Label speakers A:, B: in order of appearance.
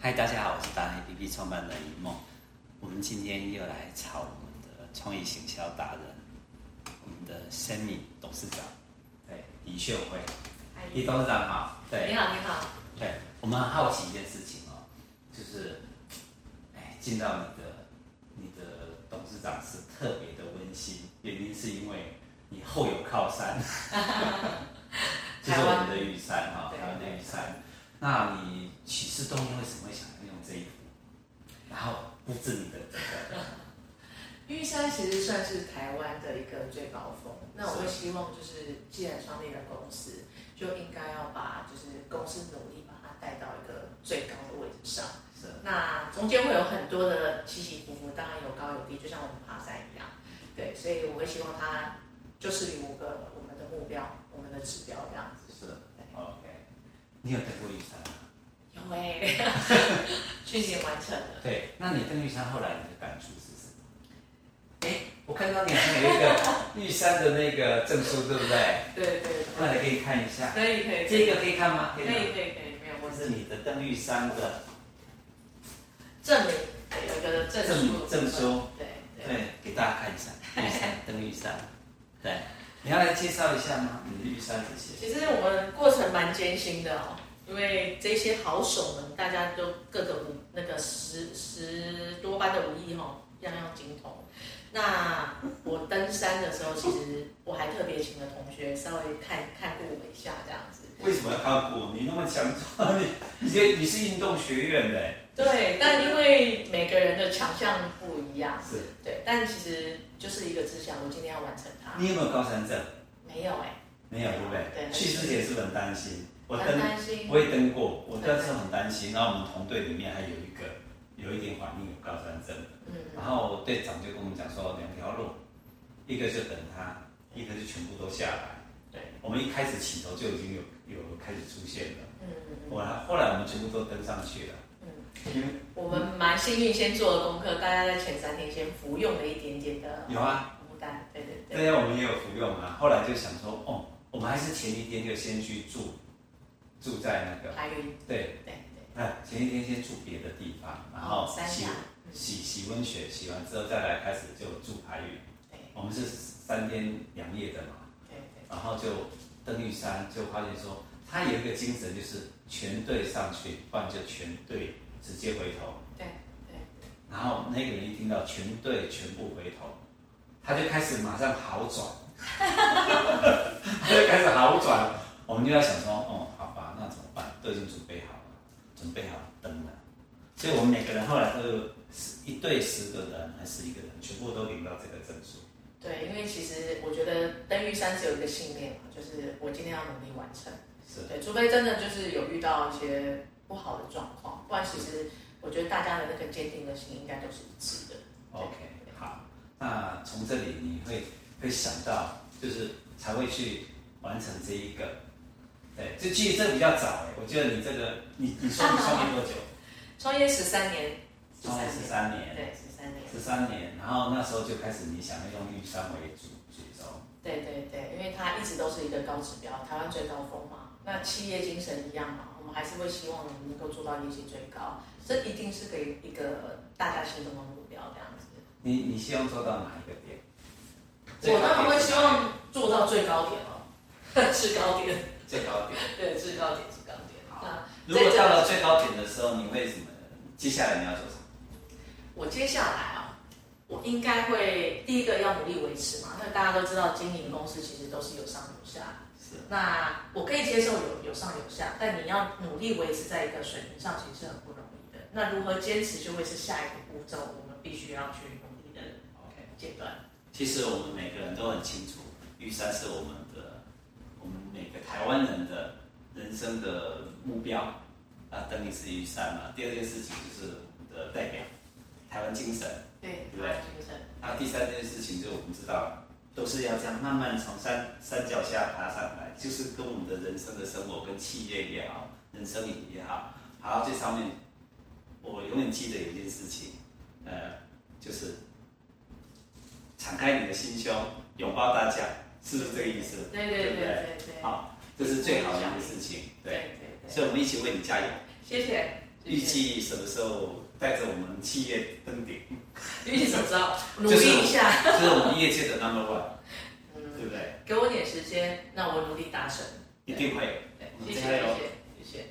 A: 嗨，大家好，我是达人 APP 创办人一梦。我们今天又来炒我们的创意行销达人，我们的 Sammy 董事长，对，李炫辉，
B: 哎
A: 李董事长好，
B: 你
A: 对
B: 好，你好。
A: 对，我们很好奇一件事情哦，就是，哎，见到你的你的董事长是特别的温馨，原因是因为你后有靠山， 就是我们的玉山哈，
B: 台
A: 台
B: 湾
A: 湾的玉山。那你起事动因为什么会想要用这一幅，然后布置你的这个？
B: 玉山其实算是台湾的一个最高峰。那我会希望就是，既然创立了公司，就应该要把就是公司努力把它带到一个最高的位置上。
A: 是
B: 那中间会有很多的起起伏伏，当然有高有低，就像我们爬山一样。对，所以我会希望它就是有个我们的目标，我们的指标这样 子。
A: 是的，OK。你有登过玉山吗？
B: 因为去年完成了。
A: 对，那你登玉山后来你的感触是什么？哎，我看到你好像有一 个玉山的那个证书，对不对？
B: 对对
A: 那
B: 对，
A: 来给你看一下，
B: 可以可以，
A: 这个可以看吗？
B: 可以可以可以，没有
A: 这
B: 问
A: 是
B: 题。
A: 你的登玉山的
B: 证明有一个证书，
A: 证证书，
B: 对对。
A: 对，给大家看一 下，玉山登玉山，对，你要来介绍一下吗？你的玉山这些，
B: 其实我们过程蛮艰辛的哦，因为这些好手们，大家都各个武那个十十多般的武艺哦，样样精通。那我登山的时候，其实我还特别请了同学稍微看看顾我一下这样子。
A: 为什么要看我？你那么强壮，你你这你是运动学院的，
B: 对，但因为每个人的强项不一样，
A: 是
B: 对，但其实就是一个志向，我今天要完成它。
A: 你有没有高山症？
B: 没有哎、
A: 没有，对不对？
B: 对
A: 去之前是不是很担心，我
B: 很
A: 登
B: 担心。
A: 我也登过，我当时很担心。然后我们同队里面还有一个有一点反应有高山症。
B: 嗯，
A: 然后队长就跟我们讲说，两条路，一个就等他，一个就全部都下来。
B: 对，
A: 我们一开始起头就已经有有开始出现了，
B: 嗯嗯
A: 我后来我们全部都登上去了，
B: 嗯。
A: 因为
B: 我们蛮幸运，先做了功课，大家在前三天先服用了一点点的
A: 有啊，
B: 牡丹，对对对，
A: 对呀，我们也有服用啊。后来就想说，哦，我们还是前一天就先去住，住在那个
B: 还有一
A: 对，
B: 对对，
A: 哎，前一天先住别的地方，然后
B: 哦三
A: 洗
B: 峡，
A: 洗洗温泉，洗完之后再来开始就住排云。
B: 对
A: 我们是三天两夜的嘛，
B: 对对，
A: 然后就登玉山，就发现说他有一个精神，就是全队上去，不然就全队直接回头。
B: 对对。
A: 然后那个人一听到全队全部回头，他就开始马上好转， 他就开始好转。我们就在想说，哦，好吧，那怎么办？都已经准备好了，准备好登了。所以我们每个人后来都有十一队十个人还是一个人，全部都领到这个证书。
B: 对，因为其实我觉得登玉山只有一个信念嘛，就是我今天要努力完成。
A: 是
B: 对，除非真的就是有遇到一些不好的状况，不然其实我觉得大家的那个坚定的心应该都是一致的。
A: OK，好，那从这里你会会想到，就是才会去完成这一个，对，就其实这个比较早哎，我觉得你这个你你说你创业多久？
B: 创业十三年，
A: 创业十三年，
B: 对，十三年。
A: 十三年，然后那时候就开始你想要用玉山为主主轴，
B: 对对对，因为它一直都是一个高指标，台湾最高峰嘛。那企业精神一样嘛，我们还是会希望你能够做到业绩最高，这一定是给一个大家心中的目标这样子。
A: 你你希望做到哪一个点？最
B: 我
A: 高点
B: 当然会
A: 是
B: 希
A: 哪里
B: 望做到最高点哦， 制高点，
A: 最高点。
B: 对，制高点，制高点。
A: 好
B: 那
A: 如果到了最高点的时候，你会什么？接下来你要做什么？
B: 我接下来啊、我应该会第一个要努力维持嘛，那大家都知道经营公司其实都是有上有下，
A: 是
B: 那我可以接受有有上有下，但你要努力维持在一个水平上，其实是很不容易的。那如何坚持，就会是下一个步骤，我们必须要去努力的
A: OK。
B: 阶段。
A: 其实我们每个人都很清楚，玉山是我们的，我们每个台湾人的人生的目标。啊，等于是玉山嘛。第二件事情就是我们的代表，台湾精神。
B: 对
A: 对那啊第三件事情就是我们知道，都是要这样慢慢从山山脚下爬上来，就是跟我们的人生的生活、跟企业也好，人生也好，好这上面，我永远记得有一件事情，呃，就是敞开你的心胸，拥抱大家，是不是这个意思？
B: 对对对
A: 不对？
B: 对对，
A: 好，这是最好的一个事情，对，
B: 对对对，
A: 所以我们一起为你加油。
B: 谢谢。谢谢
A: 预计什么时候带着我们企业登顶？
B: 预计什么时候？努
A: 就是
B: 力一下，
A: 这是我们业界的 number one，对
B: 嗯，
A: 不对？
B: 给我点时间，那我努力达成。
A: 一定会。
B: 对
A: 嗯
B: 谢谢，
A: 加油
B: 谢谢，谢谢。